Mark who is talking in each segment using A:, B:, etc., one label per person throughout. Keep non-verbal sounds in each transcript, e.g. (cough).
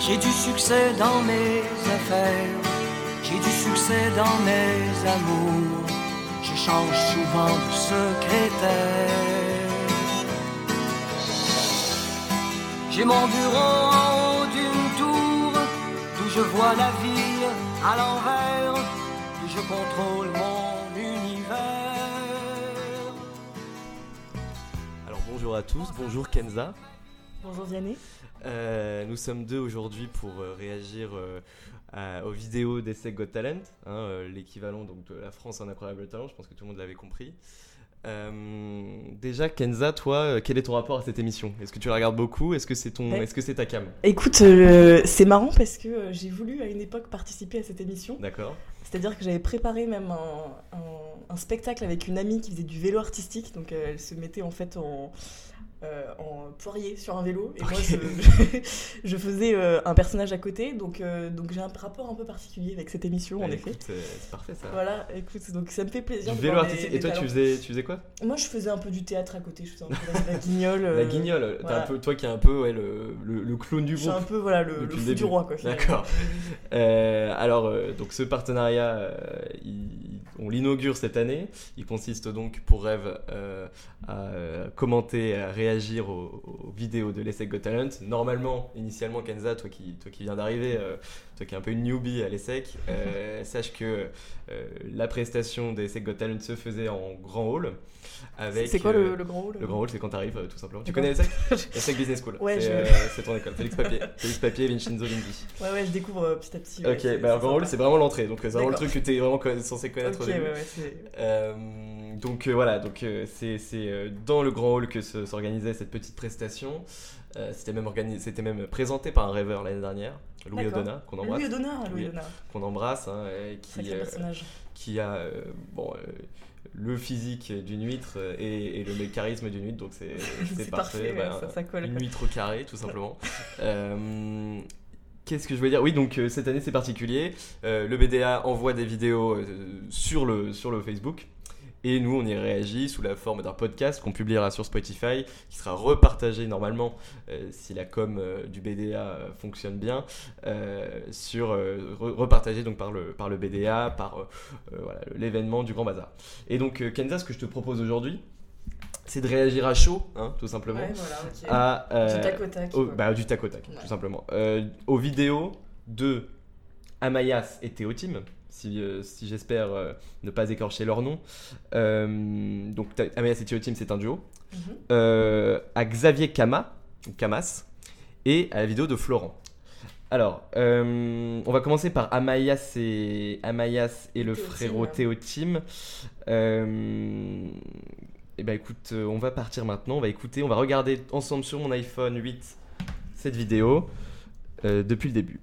A: J'ai du succès dans mes affaires, j'ai du succès dans mes amours. Je change souvent de secrétaire. J'ai mon bureau en haut d'une tour, d'où je vois la ville à l'envers, d'où je contrôle mon univers.
B: Alors bonjour à tous, bonjour Kenza.
C: Bonjour Vianney.
B: Euh, nous sommes deux aujourd'hui pour euh, réagir euh, à- aux vidéos d'essai Got Talent, hein, euh, l'équivalent donc de la France un incroyable talent. Je pense que tout le monde l'avait compris. Euh, déjà, Kenza, toi, euh, quel est ton rapport à cette émission Est-ce que tu la regardes beaucoup Est-ce que c'est ton,
C: Ouais.
B: est-ce que c'est ta cam
C: Écoute, euh, c'est marrant parce que euh, j'ai voulu à une époque participer à cette émission.
B: D'accord.
C: C'est-à-dire que j'avais préparé même un, un- un spectacle avec une amie qui faisait du vélo artistique. Donc euh, elle se mettait en fait en, euh, en poirier sur un vélo. Et moi,
B: Ok.
C: je, (laughs) je faisais euh, un personnage à côté. Donc, euh, donc j'ai un rapport un peu particulier avec cette émission en
B: Bah,
C: effet.
B: écoute, euh, c'est parfait ça.
C: Voilà, écoute, donc ça me fait plaisir.
B: Du
C: de
B: vélo
C: voir des-
B: artistique.
C: des
B: Et toi, tu
C: talents.
B: faisais, tu faisais quoi
C: Moi, je faisais un peu du théâtre à côté. Je faisais un peu
B: (laughs)
C: la, la guignole. euh,
B: La guignole. T'es
C: voilà.
B: un peu, toi qui es un peu ouais, le, le- le clown du
C: Je suis
B: groupe.
C: un peu voilà, le, le
B: Depuis le
C: fou du
B: début.
C: roi. quoi, finalement.
B: D'accord. Euh, alors, euh, donc ce partenariat, euh, il- on l'inaugure cette année. Il consiste donc pour Rêve euh, à euh, commenter, à réagir aux, aux vidéos de l'ESSEC Got Talent. Normalement, initialement, Kenza, toi qui, toi qui viens d'arriver, euh, toi qui es un peu une newbie à l'ESSEC,
C: (laughs)
B: euh, sache que euh, la prestation d'ESSEC Got Talent se faisait en grand hall.
C: C'est-
B: avec,
C: C'est quoi
B: euh,
C: le, le grand rôle
B: le grand hall, c'est quand t'arrives, euh, tout simplement. Tu
C: D'accord.
B: connais l'ESSEC
C: (laughs)
B: L'ESSEC Business School.
C: Ouais,
B: c'est
C: je-
B: euh,
C: (laughs)
B: c'est ton école. Félix Papier. Félix Papier, Vincenzo Lindi.
C: Ouais, ouais, je découvre euh, petit à petit. ouais,
B: Ok,
C: c'est-
B: bah Overhaul,
C: sympa.
B: c'est vraiment l'entrée, donc c'est vraiment le
C: D'accord.
B: truc que t'es vraiment con- censé connaître
C: Ok,
B: au début.
C: ouais, ouais, c'est.
B: Euh, donc euh, voilà, donc euh, c'est c'est, euh, dans le grand hall que se- s'organisait cette petite prestation. Euh, c'était même organisé, c'était même présenté par un rêveur l'année dernière, Louis
C: D'accord.
B: O'Donnell, qu'on embrasse,
C: Louis O'Donnell,
B: Oui.
C: Louis O'Donnell.
B: qu'on embrasse, hein, et euh,
C: Sacré
B: qui euh,
C: personnage.
B: qui a euh, bon euh, le physique d'une huître euh, et, et le charisme d'une huître, donc c'est (laughs)
C: (laughs)
B: c'est parfait.
C: ouais,
B: bah,
C: ça, ça colle.
B: une
C: quoi.
B: huître au carré, tout
C: (laughs)
B: simplement. Euh, Qu'est-ce que je voulais dire Oui, donc euh, cette année c'est particulier. Euh, le BDA envoie des vidéos euh, sur, le, sur le Facebook. Et nous, on y réagit sous la forme d'un podcast qu'on publiera sur Spotify, qui sera repartagé normalement, euh, si la com euh, du BDA euh, fonctionne bien, euh, sur, euh, re- repartagé donc par le, par le BDA, par euh, euh, voilà, l'événement du Grand Bazar. Et donc, euh, Kenza, ce que je te propose aujourd'hui, c'est de réagir à chaud, hein, tout simplement,
C: Ouais, voilà, ok.
B: à, euh,
C: du tac au tac.
B: au-
C: quoi.
B: bah, du tac au tac,
C: Ouais.
B: tout simplement. Euh, aux vidéos de Amayas et Théotime, si, euh, si j'espère euh, ne pas écorcher leur nom. Euh, donc t'as- Amayas et Théotime, c'est un duo.
C: Mhm.
B: Euh, à Xavier Kama, ou Kamas, et à la vidéo de Florent. Alors, euh, on va commencer par Amayas et, Amayas et le
C: Théotime.
B: frérot Théotime. Euh, et ben écoute, euh, on va partir maintenant, on va écouter, on va regarder ensemble sur mon iPhone 8 cette vidéo euh, depuis le début.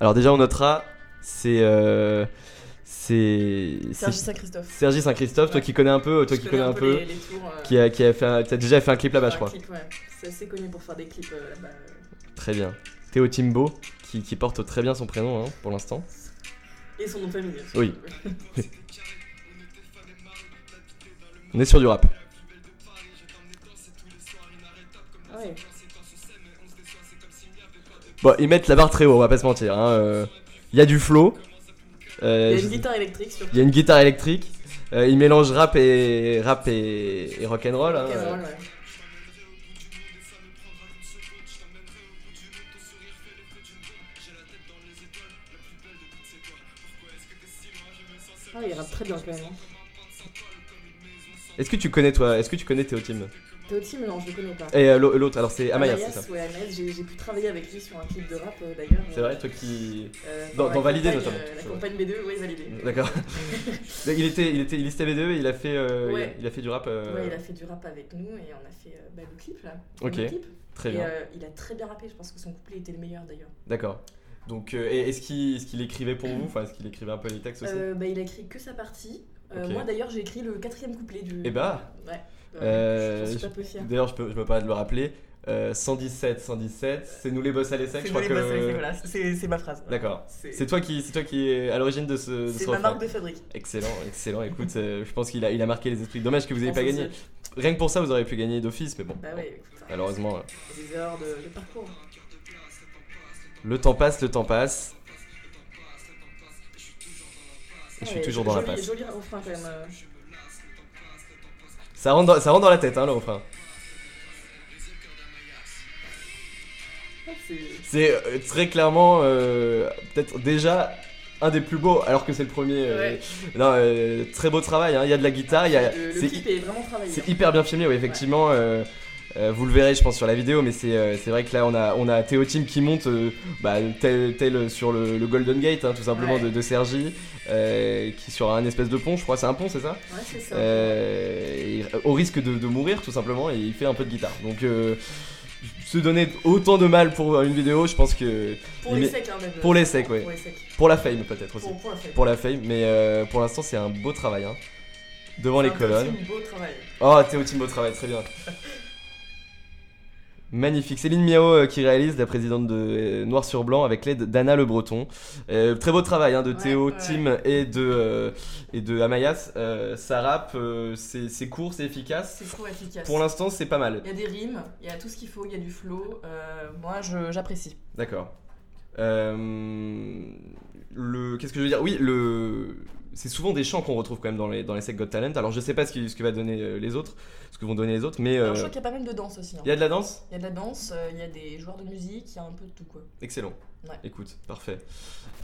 B: Alors déjà on notera, c'est... euh, c'est...
C: Serge
B: c'est-
C: Saint-Christophe.
B: Sergi Saint-Christophe, toi
C: Ouais.
B: qui connais un peu, toi
D: Je
B: qui connais un peu,
D: les- les tours, euh,
B: qui a, qui a fait, un- t'as déjà fait un clip là-bas, je
D: faire un
B: crois.
D: clip, ouais. C'est assez connu pour faire des clips euh, là-bas.
B: Très bien. Théo Timbo, qui, qui porte très bien son prénom hein, pour l'instant.
D: Et son nom de famille. bien sûr.
B: Oui. On est sur du rap.
D: Ah ouais.
B: Bon, ils mettent la barre très haut, on va pas se mentir. hein, euh. Il y a du flow. Euh,
D: Il y a
B: je-
D: une guitare électrique sur
B: il y a une guitare électrique. Euh, ils mélangent rap et rap et, et rock'n'roll. hein.
D: Cameron, ouais. Ah, il rappe très bien quand même. hein.
B: Est-ce que tu connais toi Est-ce que tu connais Théo Tim
D: Théo Tim, non, je le connais pas.
B: Et euh, l'au- l'autre, alors c'est Amaya, c'est ça.
D: Ouais, Amayas, j'ai j'ai pu travailler avec lui sur un clip de rap euh, d'ailleurs.
B: C'est vrai, toi qui.
D: Euh,
B: Dans-
D: la
B: dans Validé,
D: campagne,
B: notamment.
D: euh, la campagne B2, ouais, validé.
B: D'accord.
D: (laughs)
B: il était, il était, il listait les deux et il a fait, euh,
D: Ouais.
B: il a fait du rap. euh,
D: Ouais, il a fait du rap avec nous et on a fait euh, bah, le clip là.
B: Ok.
D: Le clip.
B: Très
D: Et,
B: bien.
D: euh, il a très bien rappé, je pense que son couplet était le meilleur d'ailleurs.
B: D'accord. Donc, euh, et est-ce qu'il est qu'il écrivait pour vous Enfin, est-ce qu'il écrivait un peu les textes aussi
D: Euh, bah, il a écrit que sa partie. Euh,
B: Ok.
D: Moi d'ailleurs, j'ai écrit le quatrième couplet du.
B: Eh bah.
D: Ouais. ouais.
B: Euh,
D: je suis
B: je-
D: pas peu fière.
B: D'ailleurs, je, peux- je me permets de le rappeler. euh, 117, 117, c'est nous les boss à l'ESSEC,
C: C'est
B: je crois
C: Noël
B: que.
C: Bassel, c'est- voilà, C'est c'est ma phrase.
B: D'accord.
C: C'est
B: C'est toi qui, c'est toi qui est à l'origine de ce. de
C: c'est
B: ce
C: ma
B: refrain.
C: marque de fabrique.
B: Excellent, excellent. Écoute, euh, je pense qu'il a, il a marqué les esprits. Dommage que vous n'ayez pas gagné. Rien que pour ça, vous auriez pu gagner d'office, mais bon.
C: Bah ouais, écoute, hein,
B: Malheureusement, euh,
C: des heures de, de parcours.
B: le temps passe, le temps passe. Je suis
C: Ah Ouais,
B: toujours dans la
C: joli-
B: passe.
C: Joli refrain quand même. euh.
B: Ça rentre dans, ça rentre dans la tête, hein, le refrain.
C: Ouais, c'est-
B: C'est euh, très clairement, euh, peut-être déjà un des plus beaux, alors que c'est le premier. euh,
C: Ouais.
B: Non, euh, très beau travail, hein. il y a de la guitare, il y a.
C: Le, hein. le
B: c'est
C: clip est vraiment travaillé.
B: C'est hyper bien filmé, oui, effectivement. euh, euh, vous le verrez, je pense, sur la vidéo, mais c'est euh, c'est vrai que là, on a, on a Théo Team qui monte, euh, bah, tel, tel sur le, le Golden Gate, hein, tout simplement,
C: Ouais.
B: de, de Sergi, euh, qui sur un espèce de pont, je crois, c'est un pont, c'est ça
C: Ouais, c'est ça.
B: Euh, et Au risque de, de mourir, tout simplement, et il fait un peu de guitare. Donc, euh, se donner autant de mal pour une vidéo, je pense que.
C: Pour les
B: mais-
C: secs, hein, même.
B: pour les secs, ouais.
C: Pour les secs.
B: Pour la fame, peut-être aussi.
C: Pour, pour la fête.
B: Pour la fame, mais euh, pour l'instant, c'est un beau travail, hein. Devant les
C: C'est un petit
B: colonnes.
C: beau travail.
B: Oh, Théo Timbo travaille très
C: (laughs)
B: bien. Magnifique. Céline Miao euh, qui réalise la présidente de euh, Noir sur Blanc avec l'aide d'Anna Le Breton. Euh, très beau travail hein, de
C: Ouais,
B: Théo,
C: ouais.
B: Tim et de, euh, et de Amayas. Euh, ça rappe, euh, c'est c'est court, c'est efficace.
C: C'est trop efficace.
B: Pour l'instant, c'est pas mal.
C: Il y a des rimes, il y a tout ce qu'il faut, il y a du flow. euh, moi, je- j'apprécie.
B: D'accord. Euh, le Qu'est-ce que je veux dire Oui, le. C'est souvent des chants qu'on retrouve quand même dans les, dans les Sec Got Talent. Alors je sais pas ce, qui- ce que va donner euh, les autres, ce que vont donner les autres, mais
C: Alors,
B: euh,
C: je crois qu'il y a pas mal de danse aussi. hein.
B: il y a de la danse.
C: Il y a de la danse, euh, il y a des joueurs de musique, il y a un peu de tout quoi.
B: Excellent.
C: Ouais.
B: Écoute, parfait.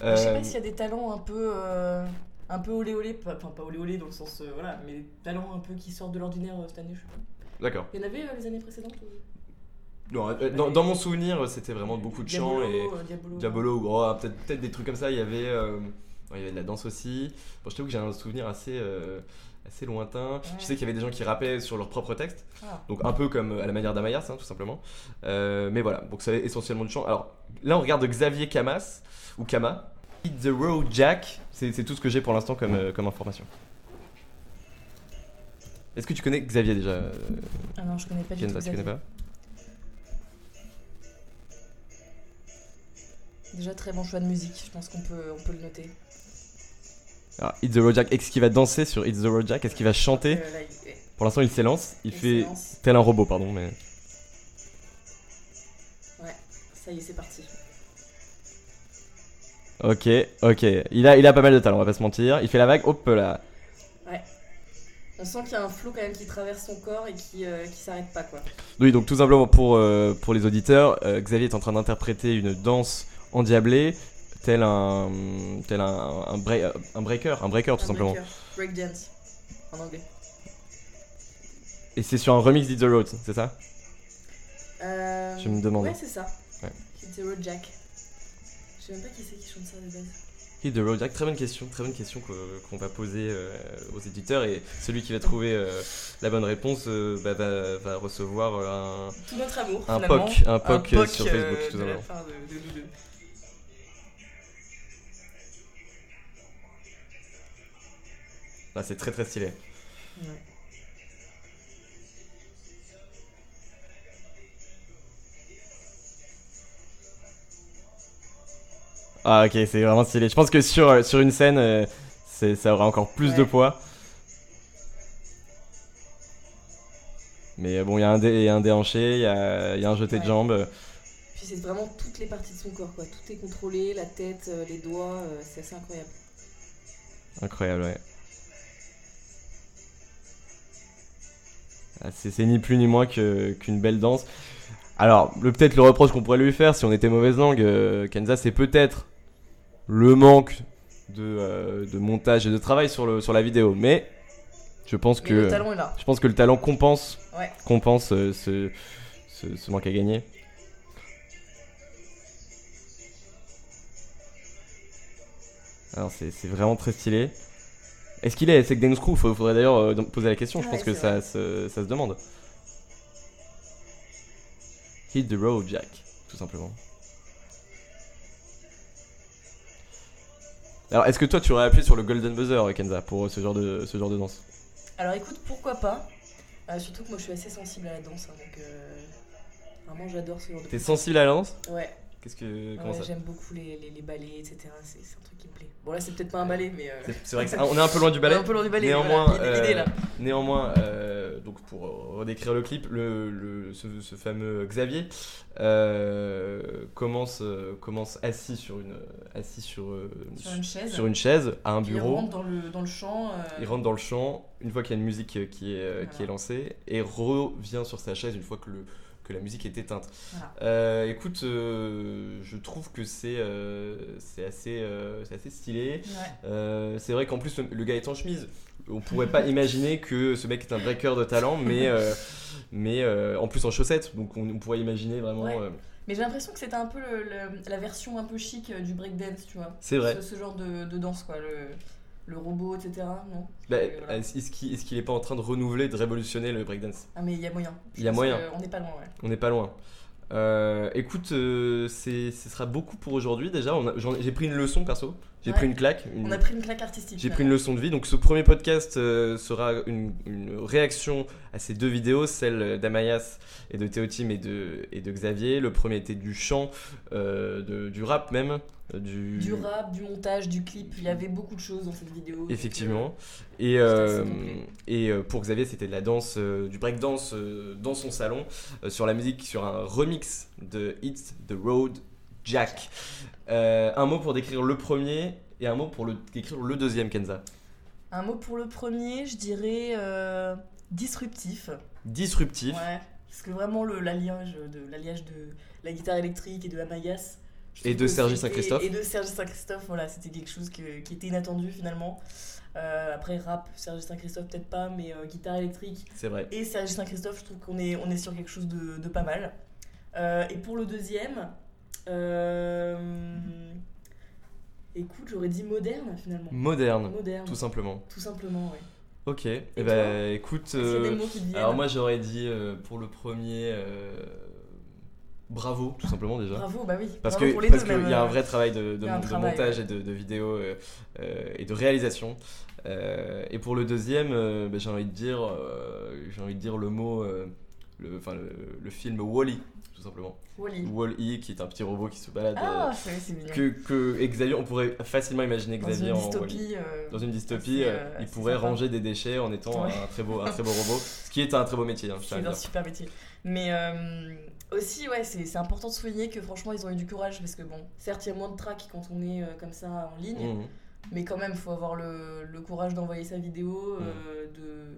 C: Je sais
B: Euh,
C: pas s'il y a des talents un peu. euh, un peu olé olé, pas- enfin pas olé olé dans le sens. euh, voilà, mais des talents un peu qui sortent de l'ordinaire euh, cette année, je sais pas.
B: D'accord.
C: Il y en avait euh, les années précédentes ou-
B: Non, euh, dans, dans mon souvenir, c'était vraiment beaucoup de chants et
C: euh, Diabolo.
B: Diabolo ou oh, peut-être peut-être des trucs comme ça. Il y avait, euh, il y avait de la danse aussi. Bon, je t'avoue que j'ai un souvenir assez, euh, assez lointain. Je sais qu'il y avait des gens qui rappaient sur leur propre texte,
C: Ah.
B: donc un peu comme à la manière d'Amayas, hein, tout simplement. Euh, mais voilà, donc ça avait essentiellement du chant. Alors là, on regarde Xavier Camas ou Kama. Hit the road, Jack. C'est c'est tout ce que j'ai pour l'instant comme, euh, comme information. Est-ce que tu connais Xavier déjà euh,
C: Ah non, je connais pas du tout.
B: Kenza, tu connais
C: Xavier.
B: pas
C: Déjà très bon choix de musique, je pense qu'on peut, on peut le noter.
B: Alors, It's the Road Jack, est-ce qu'il va danser sur It's the Road Jack Est-ce qu'il va chanter
C: Euh, là, il- eh,
B: Pour l'instant, il s'élance, il fait
C: excellence.
B: tel un robot, pardon, mais.
C: Ça y est, c'est parti.
B: Ok, ok. Il a, il a pas mal de talent, on va pas se mentir. Il fait la vague, hop là.
C: On sent qu'il y a un flou quand même qui traverse son corps et qui, euh, qui s'arrête pas quoi.
B: Oui, donc tout simplement pour, euh, pour les auditeurs, euh, Xavier est en train d'interpréter une danse endiablée, tel un. tel un, un, bra- un breaker, un breaker tout
C: Un
B: simplement.
C: breaker. Breakdance. En anglais.
B: Et c'est sur un remix d'It's the Road, c'est ça
C: Euh,
B: Je me demande.
C: Ouais, c'est ça.
B: Ouais.
C: Hit the road Jack. Je sais même pas qui c'est qui chante ça de base.
B: Hit the Road Jack, très bonne question, très bonne question que- qu'on va poser euh, aux éditeurs et celui qui va trouver euh, la bonne réponse euh, bah, va, va recevoir euh,
C: Tout notre amour.
B: un, un
C: finalement.
B: POC, un
C: Un
B: POC, euh,
C: poc,
B: sur
C: euh,
B: Facebook tout
C: de la
B: simplement.
C: part de, de nous deux.
B: Ah, c'est très très stylé.
C: Ouais.
B: Ah ok, c'est vraiment stylé. Je pense que sur, euh, sur une scène, euh, c'est- ça aura encore plus de
C: Ouais.
B: poids. Mais euh, bon, il y a un dé, il y a un déhanché, il y a, il y a un jeté de
C: Ouais.
B: jambes.
C: Puis c'est vraiment toutes les parties de son corps quoi. Tout est contrôlé, la tête, euh, les doigts, euh, c'est assez incroyable.
B: Incroyable, ouais. Ah, c'est c'est ni plus ni moins que- qu'une belle danse. Alors, le- peut-être le reproche qu'on pourrait lui faire si on était mauvaise langue, euh, Kenza, c'est peut-être le manque de, euh, de montage et de travail sur, le, sur la vidéo. Mais je pense
C: Mais
B: que
C: le talent est là.
B: je pense que le talent compense,
C: Ouais.
B: compense euh, ce, ce- ce manque à gagner. Alors c'est c'est vraiment très stylé. Est-ce qu'il est avec Dennis Crew Faut- Faudrait d'ailleurs euh, poser la question, je
C: Ouais,
B: pense que
C: c'est
B: ça se, ça se demande. Hit the road, Jack, tout simplement. Alors, est-ce que toi tu aurais appuyé sur le Golden Buzzer, Kenza, pour ce genre de, ce genre de danse
C: Alors écoute, pourquoi pas Euh, Surtout que moi je suis assez sensible à la danse, hein, donc euh, vraiment j'adore ce genre de.
B: T'es sensible à la danse
C: Ouais,
B: Qu'est-ce que.
C: ouais, j'aime beaucoup les, les, les ballets, etc. C'est c'est un truc qui me plaît. Bon là c'est peut-être pas un ballet, mais. euh,
B: ah, C'est c'est vrai que c'est- on est un peu loin du ballet.
C: un peu loin du ballet.
B: néanmoins,
C: voilà, l'idée- l'idée,
B: euh,
C: là.
B: néanmoins euh, Euh, donc pour redécrire le clip, le, le- ce, ce fameux Xavier euh, commence, euh, commence assis sur une assis sur, euh,
C: sur une chaise.
B: sur une chaise à un
C: Puis il
B: bureau.
C: rentre dans le, dans le champ. euh,
B: Il rentre dans le champ une fois qu'il y a une musique euh, qui est, euh, qui
C: Voilà.
B: est lancée et revient sur sa chaise une fois que, le, que la musique est éteinte.
C: Voilà.
B: Euh, écoute, euh, je trouve que c'est euh, c'est assez, euh, c'est assez stylé.
C: Ouais.
B: Euh, c'est vrai qu'en plus, le, le gars est en chemise. On pourrait pas imaginer que ce mec est un breaker de talent, mais, euh, mais euh, en plus en chaussettes. Donc on, on pourrait imaginer vraiment.
C: Ouais.
B: euh,
C: Mais j'ai l'impression que c'était un peu le- le- la version un peu chic euh, du breakdance, tu vois.
B: c'est vrai.
C: Ce, ce genre de, de danse, quoi. Le, le robot, etc. Non
B: Bah,
C: Et voilà.
B: Est-ce qu'il est, pas en train de renouveler, de révolutionner le breakdance
C: Ah, mais il y a moyen. Je
B: Il y a
C: pense
B: moyen.
C: que euh, On n'est pas loin, ouais.
B: On n'est pas loin. Euh, écoute, euh, c'est- ce sera beaucoup pour aujourd'hui déjà. On a- j'en ai- J'ai pris une leçon perso. J'ai
C: Ouais.
B: pris une claque. une-
C: On a pris une claque artistique.
B: J'ai pris une leçon de vie. Donc ce premier podcast euh, sera une, une réaction à ces deux vidéos, celle d'Amayas et de Théotime et de, et de Xavier. Le premier était du chant, euh, de- du rap même. euh, Du,
C: Du rap, du montage, du clip, il y avait beaucoup de choses dans cette vidéo.
B: Effectivement. Et, euh, et euh, pour Xavier, c'était de la danse, euh, du breakdance euh, dans son salon, euh, sur la musique, sur un remix de It's the Road Jack. Euh, un mot pour décrire le premier et un mot pour le, décrire le deuxième, Kenza.
C: Un mot pour le premier, je dirais euh, disruptif.
B: Disruptif.
C: Ouais. Parce que vraiment le- l'alliage euh, de l'alliage de la guitare électrique et de la maillasse. je
B: Et
C: trouve
B: de
C: que
B: Sergi
C: c'était-
B: Saint-Christophe.
C: Et de Sergi Saint-Christophe, voilà, c'était quelque chose que- qui était inattendu finalement. Euh, après rap, Sergi Saint-Christophe peut-être pas, mais euh, guitare électrique
B: C'est vrai.
C: et Sergi Saint-Christophe, je trouve qu'on est, on est sur quelque chose de, de pas mal. Euh, et pour le deuxième, euh, écoute, j'aurais dit moderne finalement.
B: Moderne,
C: Moderne,
B: Mm. tout
C: tout,
B: simplement.
C: simplement, ouais.
B: Ok. Et
C: toi
B: bah, écoute.
C: Est-ce qu'il y a
B: euh,
C: des mots qui te viennent
B: alors moi, j'aurais dit euh, pour le premier, euh, bravo, tout simplement déjà.
C: Bravo, bah oui.
B: Parce
C: bravo
B: que
C: pour les
B: parce
C: deux,
B: qu'il
C: même,
B: y a un
C: euh,
B: vrai travail de, de-
C: y a un
B: de
C: travail,
B: montage
C: ouais.
B: et de, de vidéo euh, euh, et de réalisation. Euh, et pour le deuxième, euh, bah, j'ai envie de dire, euh, j'ai envie de dire le mot, euh, le, enfin le, le film Wall-E tout simplement.
C: Wall-E.
B: Wall-E qui est un petit robot qui se balade.
C: Ah, c'est vrai, c'est mignon.
B: euh, que, que et Xavier, on pourrait facilement imaginer
C: dans
B: Xavier
C: une
B: en Wall-E.
C: dystopie. euh,
B: Dans une dystopie,
C: C'est,
B: euh,
C: euh,
B: il
C: c'est
B: pourrait
C: sympa.
B: ranger des déchets en étant
C: Ouais.
B: un très beau, un très beau robot, ce qui est un très beau métier. hein, je tiens à
C: C'est
B: le
C: un
B: dire.
C: super métier. Mais euh, aussi, ouais, c'est c'est important de souligner que franchement, ils ont eu du courage parce que, bon, certes, il y a moins de tracks quand on est euh, comme ça en ligne,
B: Mhm.
C: mais quand même, faut avoir le, le courage d'envoyer sa vidéo,
B: Mm.
C: euh,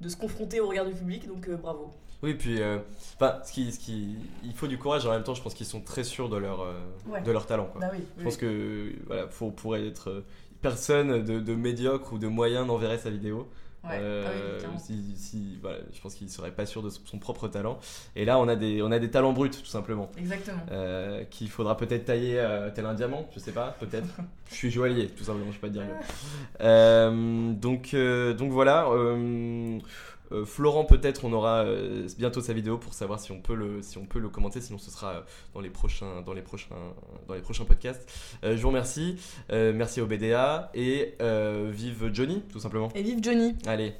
C: de, de se confronter au regard du public, donc euh, bravo.
B: Oui, puis, euh, enfin, ce qui, ce qui, il faut du courage. En même temps, je pense qu'ils sont très sûrs de leur, euh,
C: Ouais.
B: de leur talent. Quoi.
C: Bah oui.
B: Je pense que voilà, faut, pour être euh, personne de, de médiocre ou de moyen n'enverrait sa vidéo.
C: Ouais.
B: Euh,
C: Ah oui, clairement.
B: si, si- voilà, je pense qu'il serait pas sûr de son, son propre talent. Et là, on a des, on a des talents bruts, tout simplement.
C: Exactement.
B: euh, qu'il faudra peut-être tailler euh, tel un diamant, je sais pas, peut-être. (laughs) je suis joaillier, tout simplement, je sais pas (laughs) dire mieux. Euh, donc, euh, donc voilà. euh, euh, Florent, peut-être, on aura euh, bientôt sa vidéo pour savoir si on peut le, si on peut le commenter. Sinon, ce sera euh, dans les prochains, dans les prochains, dans les prochains podcasts. Euh, je vous remercie. euh, merci au BDA et euh, vive Johnny, tout simplement.
C: Et vive Johnny
B: Allez.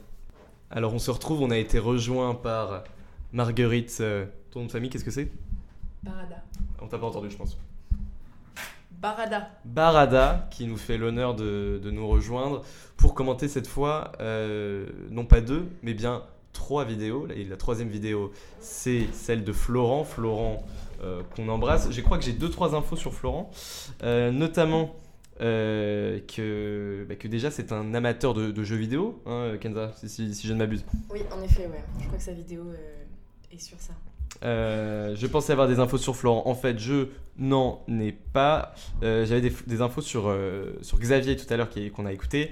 B: Alors, on se retrouve. On a été rejoint par Marguerite. euh, ton nom de famille, qu'est-ce que c'est
C: Barada.
B: On t'a pas entendu, je pense.
C: Barada.
B: Barada qui nous fait l'honneur de, de nous rejoindre pour commenter cette fois euh, non pas deux mais bien trois vidéos. La, la troisième vidéo c'est celle de Florent, Florent euh, qu'on embrasse. Je crois que j'ai deux trois infos sur Florent, Euh, notamment euh, que, bah, que déjà c'est un amateur de, de jeux vidéo, hein, Kenza, si, si- si je ne m'abuse.
D: Oui, en effet, ouais. Je crois que sa vidéo euh, est sur ça.
B: Euh, je pensais avoir des infos sur Florent. En fait, je n'en ai pas. Euh, J'avais des, des infos sur, euh, sur Xavier tout à l'heure qui est- qu'on a écouté,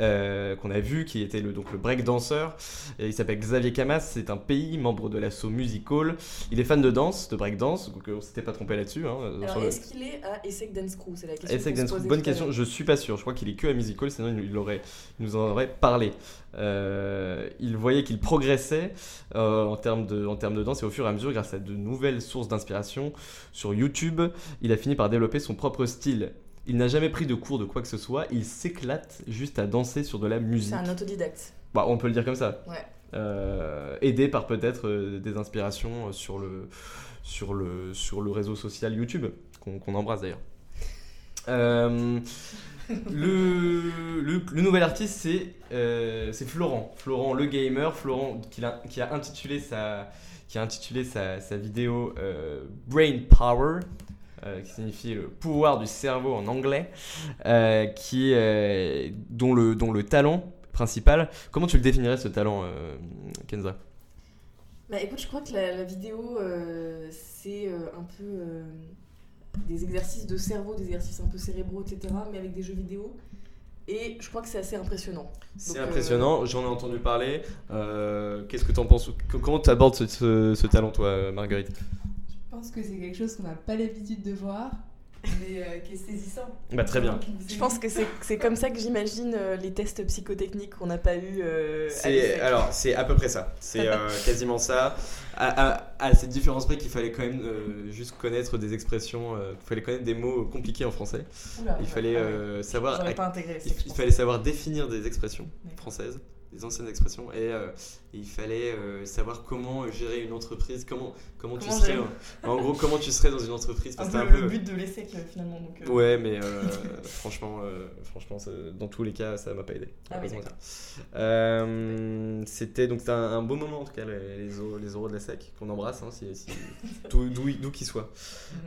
B: euh, qu'on a vu, qui était le, donc le break danseur. Et il s'appelle Xavier Camas. C'est un pays membre de l'asso Music Hall. Il est fan de danse, de break dance. Donc euh, on s'était pas trompé là-dessus. hein, euh, sur
D: Alors,
B: le-
D: est-ce qu'il est à Essec Dance Crew C'est la question.
B: Essek
D: qu'on se
B: Dance Crew,
D: posait
B: Eh, bonne
D: tout à
B: question,
D: l'heure.
B: je suis pas sûr, je crois qu'il est que à Music Hall, sinon il, il aurait, il nous en aurait parlé. Euh, il voyait qu'il progressait euh, en, termes de, en termes de danse et au fur et à mesure, grâce à de nouvelles sources d'inspiration sur YouTube, il a fini par développer son propre style. Il n'a jamais pris de cours de quoi que ce soit, il s'éclate juste à danser sur de la musique.
D: C'est un autodidacte.
B: Bah, on peut le dire comme ça.
D: Ouais.
B: Euh, aidé par peut-être euh, des inspirations euh, sur le, sur le, sur le réseau social YouTube, qu'on qu'on embrasse d'ailleurs. Euh, Le, le, le nouvel artiste, c'est euh, c'est Florent. Florent le gamer, Florent qui a, qui a intitulé sa, qui a intitulé sa, sa vidéo euh, Brain Power. euh, qui signifie le pouvoir du cerveau en anglais, euh, qui, euh, dont, le, dont le talent principal. Comment tu le définirais ce talent, euh, Kenza
D: Bah écoute, je crois que la, la vidéo, euh, c'est euh, un peu euh, des exercices de cerveau, des exercices un peu cérébraux, etc., mais avec des jeux vidéo. Et je crois que c'est assez impressionnant.
B: C'est
D: Donc, euh,
B: impressionnant, j'en ai entendu parler. Euh, Qu'est-ce que t'en penses Qu- Comment t'abordes ce, ce- ce talent, toi, Marguerite
E: Je pense que c'est quelque chose qu'on n'a pas l'habitude de voir, mais euh, qui est saisissant.
B: Bah très bien.
C: Je pense que c'est c'est comme ça que j'imagine euh, les tests psychotechniques qu'on n'a pas eu. euh, à
B: C'est
C: l'ESSEC.
B: alors c'est à peu près ça. C'est (laughs) euh, quasiment ça. À, à- à cette différence près qu'il fallait quand même euh, juste connaître des expressions, euh, il fallait connaître des mots compliqués en français.
C: Oula,
B: Il fallait
C: ah ouais.
B: euh, savoir à-
C: J'aurais pas intégré
B: il,
C: l'ESSEC, je
B: il
C: pense.
B: fallait savoir définir des expressions
C: Ouais.
B: françaises, des anciennes expressions, et euh, il fallait euh, savoir comment gérer une entreprise, comment comment, tu
C: Comment
B: serais
C: gérer
B: en gros comment tu serais dans une entreprise parce que
C: Un
B: t'as
C: peu le but de l'ESSEC euh, finalement. Donc, euh,
B: Ouais, mais euh, franchement, euh, franchement ça- dans tous les cas, ça m'a pas aidé.
C: Ah oui,
B: Heureusement ça. Euh, C'était donc c'était un, un beau moment en tout cas, les, les, euros, les euros de la SEC, qu'on embrasse, hein, si, si- d'où d'où- d'où qu'ils
C: (laughs)
B: soient.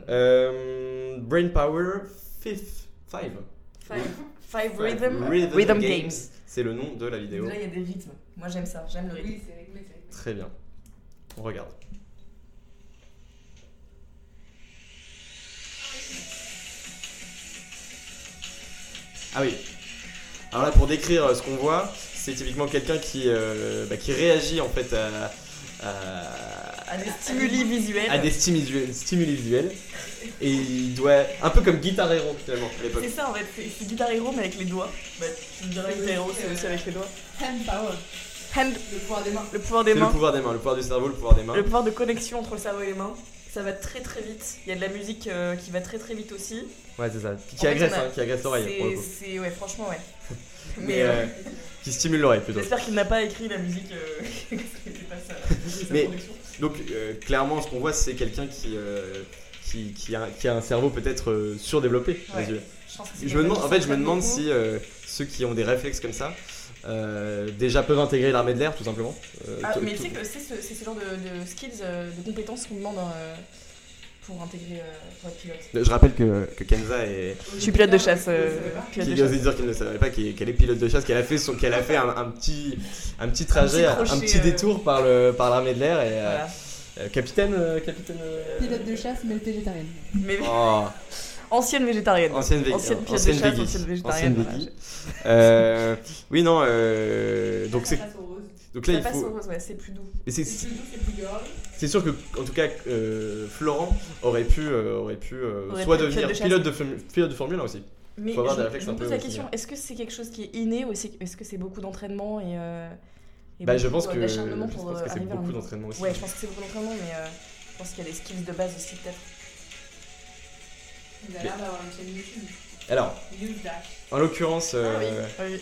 B: Euh, Brain Power Fifth. Five.
C: Five, five
B: Five
C: Rhythm,
B: Rhythm
C: Rhythm
B: Games.
C: Games.
B: C'est le nom de la vidéo.
C: Là, il y a des rythmes. Moi, j'aime ça, j'aime le rythme.
E: Oui, c'est réglé, c'est réglé.
B: Très bien. On regarde. Ah oui. Alors là, pour décrire euh, ce qu'on voit, c'est typiquement quelqu'un qui, euh, bah, qui réagit en fait à, à-
C: À des stimuli visuels.
B: à des stimuli, stimuli visuels. Et il doit. Un peu comme Guitar Hero finalement à l'époque.
C: C'est ça en fait, c'est- c'est Guitar Hero mais avec les doigts. Bah, tu me dirais Guitar Hero, c'est aussi avec les doigts.
E: Hand power,
C: Hand,
E: le pouvoir des mains.
C: le pouvoir des
B: C'est le
C: mains,
B: pouvoir des mains, le pouvoir du cerveau, le pouvoir des mains.
C: le pouvoir de connexion entre le cerveau et les mains. Ça va très très vite. Il y a de la musique euh, qui va très très vite aussi.
B: Ouais, c'est ça. Qui,
C: En fait,
B: agresse,
C: on a-
B: hein, qui agresse l'oreille pour le
C: C'est,
B: coup.
C: c'est- ouais, franchement, ouais. Mais,
B: Mais
C: euh,
B: euh, qui stimule l'oreille plutôt.
C: j'espère qu'il n'a pas écrit la musique. euh, (laughs) c'était pas ça. sa
B: (laughs) Mais-
C: production.
B: Donc euh, clairement, ce qu'on voit, c'est quelqu'un qui, euh, qui, qui a, qui a un cerveau peut-être euh, surdéveloppé.
C: Ouais.
B: les yeux.
C: Je pense que c'est
B: Je me
C: quelqu'un
B: demande,
C: qui
B: en fait, je me
C: s'entraîne
B: demande
C: beaucoup.
B: si euh, ceux qui ont des réflexes comme ça, euh, déjà peuvent intégrer l'armée de l'air, tout simplement. Euh,
C: Ah,
B: tout-
C: mais tu
B: tout-
C: sais que c'est ce, c'est ce genre de, de skills, euh, de compétences qu'on demande euh, pour intégrer euh, pour être pilote.
B: Je rappelle que, que Kenza est,
C: Je suis pilote de chasse. euh. pilote
B: qui
C: de
B: vient
C: chasse.
B: euh, de dire qu'elle ne savait pas qu'elle qu'elle est pilote de chasse, qu'elle a fait, son, qu'elle a fait un, un petit, un petit trajet, un
C: petit
B: petit,
C: crochet, euh.
B: détour par le par l'armée de l'air et euh,
C: Voilà.
B: euh, capitaine, euh, capitaine.
C: (laughs)
B: euh,
E: Pilote de chasse, mais végétarienne.
C: Mais
B: Oh.
C: ancienne végétarienne.
B: Ancienne, vég-
C: Ancienne pilote de
B: ancienne
C: chasse,
B: végie.
C: ancienne végétarienne,
B: Ancienne
C: voilà.
B: végie. Euh, oui, non. euh, donc, c'est, donc là,
C: Ça
B: il
C: passe
B: faut.
C: aux- ouais, c'est plus doux.
B: mais c'est,
E: C'est plus doux, c'est plus girl.
B: c'est sûr que, en tout cas, euh, Florent aurait pu, euh, aurait pu euh,
C: Aurait
B: soit
C: pu être
B: devenir
C: pilote de
B: pilote de, formu- pilote de Formule 1 aussi.
C: Mais
B: Faut avoir
C: je,
B: des réflexes
C: je
B: un
C: me
B: peu
C: pose la
B: aussi,
C: question
B: ouais.
C: est-ce que c'est quelque chose qui est inné ou c'est- est-ce que c'est beaucoup d'entraînement et, euh, et
B: Bah, je
C: beaucoup,
B: pense
C: euh,
B: que, je
C: d'acharnement pour,
B: pense
C: euh,
B: que c'est
C: arriver à un
B: beaucoup
C: niveau
B: d'entraînement aussi.
C: Ouais, je pense que c'est beaucoup d'entraînement, mais euh, je pense qu'il y a des skills de base aussi peut-être.
E: Il a l'air d'avoir une chaîne YouTube.
B: Alors,
E: Use Dash.
B: en l'occurrence. euh,
C: Ah oui.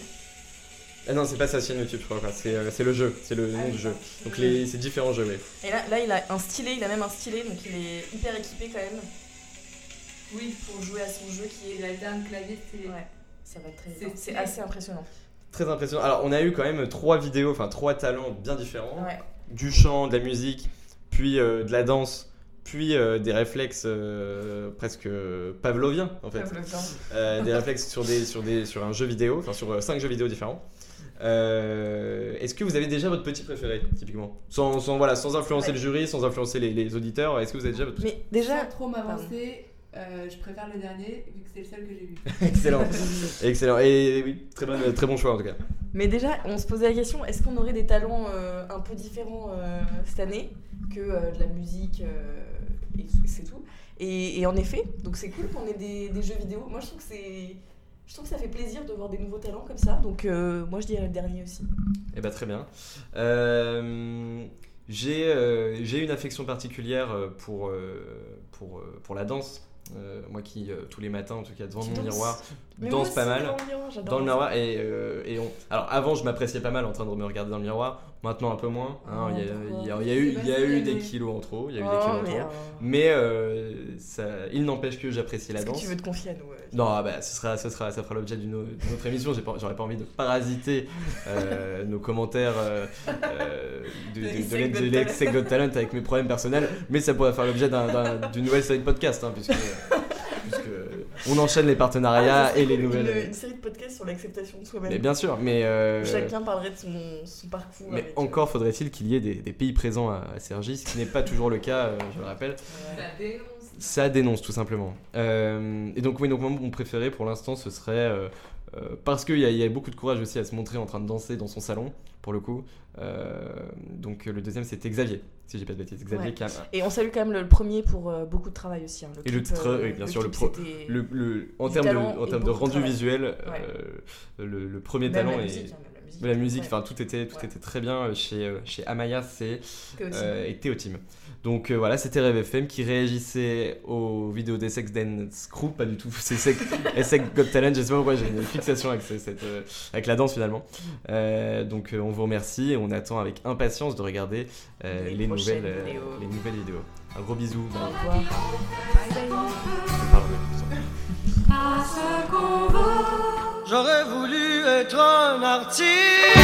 B: ah non, c'est pas sa chaîne YouTube, je crois. quoi. C'est, euh, c'est le jeu, c'est le
E: Ah
B: nom
E: oui,
B: du jeu.
E: pardon.
B: Donc, les, c'est différents jeux, ouais.
C: Et là, là, il a un stylet, il a même un stylet, donc il est hyper équipé quand même
E: Oui,
C: pour jouer à son jeu qui
E: et
C: est.
E: la dernière clavier, c'est.
C: Ouais, ça va être très
E: C'est
C: vite. C'est
E: stylé.
C: assez impressionnant.
B: Très impressionnant. Alors, on a eu quand même trois vidéos, enfin trois talents bien différents.
C: Ouais.
B: du chant, de la musique, puis euh, de la danse, puis euh, des réflexes euh, presque euh, pavloviens en fait,
C: Pavlovian.
B: Euh,
C: (laughs)
B: des réflexes sur des sur des sur un jeu vidéo, enfin sur euh, cinq jeux vidéo différents. Euh, Est-ce que vous avez déjà votre petit préféré typiquement, sans, sans voilà sans influencer
C: Ouais.
B: le jury, sans influencer les, les auditeurs, est-ce que vous avez
C: (laughs)
B: déjà votre petit...
C: Mais déjà,
E: Sans trop m'avancer, euh, je préfère le dernier, vu que c'est le seul que j'ai vu.
B: excellent, excellent et oui très bon très bon choix en tout cas.
C: Mais déjà, on se posait la question est-ce qu'on aurait des talents euh, un peu différents euh, cette année que euh, de la musique euh, et c'est tout et, et en effet, donc c'est cool qu'on ait des, des jeux vidéo. Moi, je trouve que c'est, je trouve que ça fait plaisir de voir des nouveaux talents comme ça. Donc euh, moi, je dirais le dernier aussi.
B: Eh ben très bien. Euh, j'ai euh, j'ai une affection particulière euh, pour, euh, pour, euh, pour la danse. Euh, moi qui, euh, tous les matins, en tout cas devant
C: Tu
B: mon
C: danses
B: miroir,
C: Mais moi
B: danse
C: aussi,
B: pas mal.
C: Dans le miroir, j'adore
B: Dans le
C: ça.
B: miroir, et, euh, et on... Alors avant, je m'appréciais pas mal en train de me regarder dans le miroir. Maintenant, un peu moins. hein.
C: Oh,
B: il, y a,
C: pourquoi
B: il y a- il y a eu, il y a eu des kilos en trop. Il y a eu des kilos
C: Oh,
B: en
C: mais,
B: trop.
C: euh,
B: Mais euh, ça, il n'empêche que j'apprécie la
C: est-ce que
B: danse.
C: tu veux te confier à nous euh,
B: Non, ah bah, ce sera, ce sera, ça fera l'objet d'une au- d'une autre émission. J'ai pas- J'aurais pas envie de parasiter euh, nos commentaires euh, euh, de, de, de,
C: De
B: de-
C: Let's Take Got
B: de Let's Take Got Talent avec mes problèmes personnels, mais ça pourrait faire l'objet d'un- d'un- d'une nouvelle série de podcasts, hein, puisque, puisque on enchaîne les partenariats
C: Ah, ça serait
B: et les
C: cool,
B: nouvelles.
C: Une, une série de podcasts sur l'acceptation de soi-même.
B: Mais bien sûr, mais, euh,
C: Chacun parlerait de son, son parcours.
B: mais
C: avec, euh,
B: encore faudrait-il qu'il y ait des, des pays présents à, à Cergy, ce qui n'est pas toujours le cas, euh, je le rappelle.
C: ouais.
E: Ça dénonce.
B: Ça dénonce tout simplement. Euh, et donc oui, donc moi, mon préféré pour l'instant, ce serait euh, euh, parce qu'il y, a- il y a beaucoup de courage aussi à se montrer en train de danser dans son salon, pour le coup. Euh, donc euh, le deuxième, c'était Xavier, si j'ai pas de bêtises. Xavier
C: Ouais.
B: qui a-
C: Et on salue quand même le, le premier pour euh, beaucoup de travail aussi. hein.
B: Et le
C: clip,
B: tra-
C: euh,
B: oui, bien sûr, le
C: clip,
B: pro-
C: c'était-
B: le- le- en
C: Du
B: termes de,
C: talent
B: en
C: et
B: termes de
C: beaucoup de
B: rendu
C: travail.
B: visuel,
C: Ouais.
B: euh, le, le premier
C: même
B: talent est-
C: la musique, hein, même la musique.
B: la musique,
C: Ouais.
B: enfin tout était tout
C: Ouais.
B: était très bien euh, chez euh, chez Amaya, c'est
C: C'était aussi-
B: Euh, et Théo Team. Donc euh, voilà, c'était Rêve FM qui réagissait aux vidéos des Sex Dance Crew, pas du tout, (laughs) c'est Sex, Sex Got Talent, je sais pas pourquoi j'ai une fixation avec, ce- cette, euh, avec la danse finalement. Euh, donc euh, on vous remercie et on attend avec impatience de regarder euh,
C: Les
B: les, nouvelles,
C: prochaines
B: euh,
C: vidéos.
B: les nouvelles vidéos. Un gros bisou.
C: Au
B: Bye.
C: revoir.
B: Pardon.
A: J'aurais voulu être un artiste.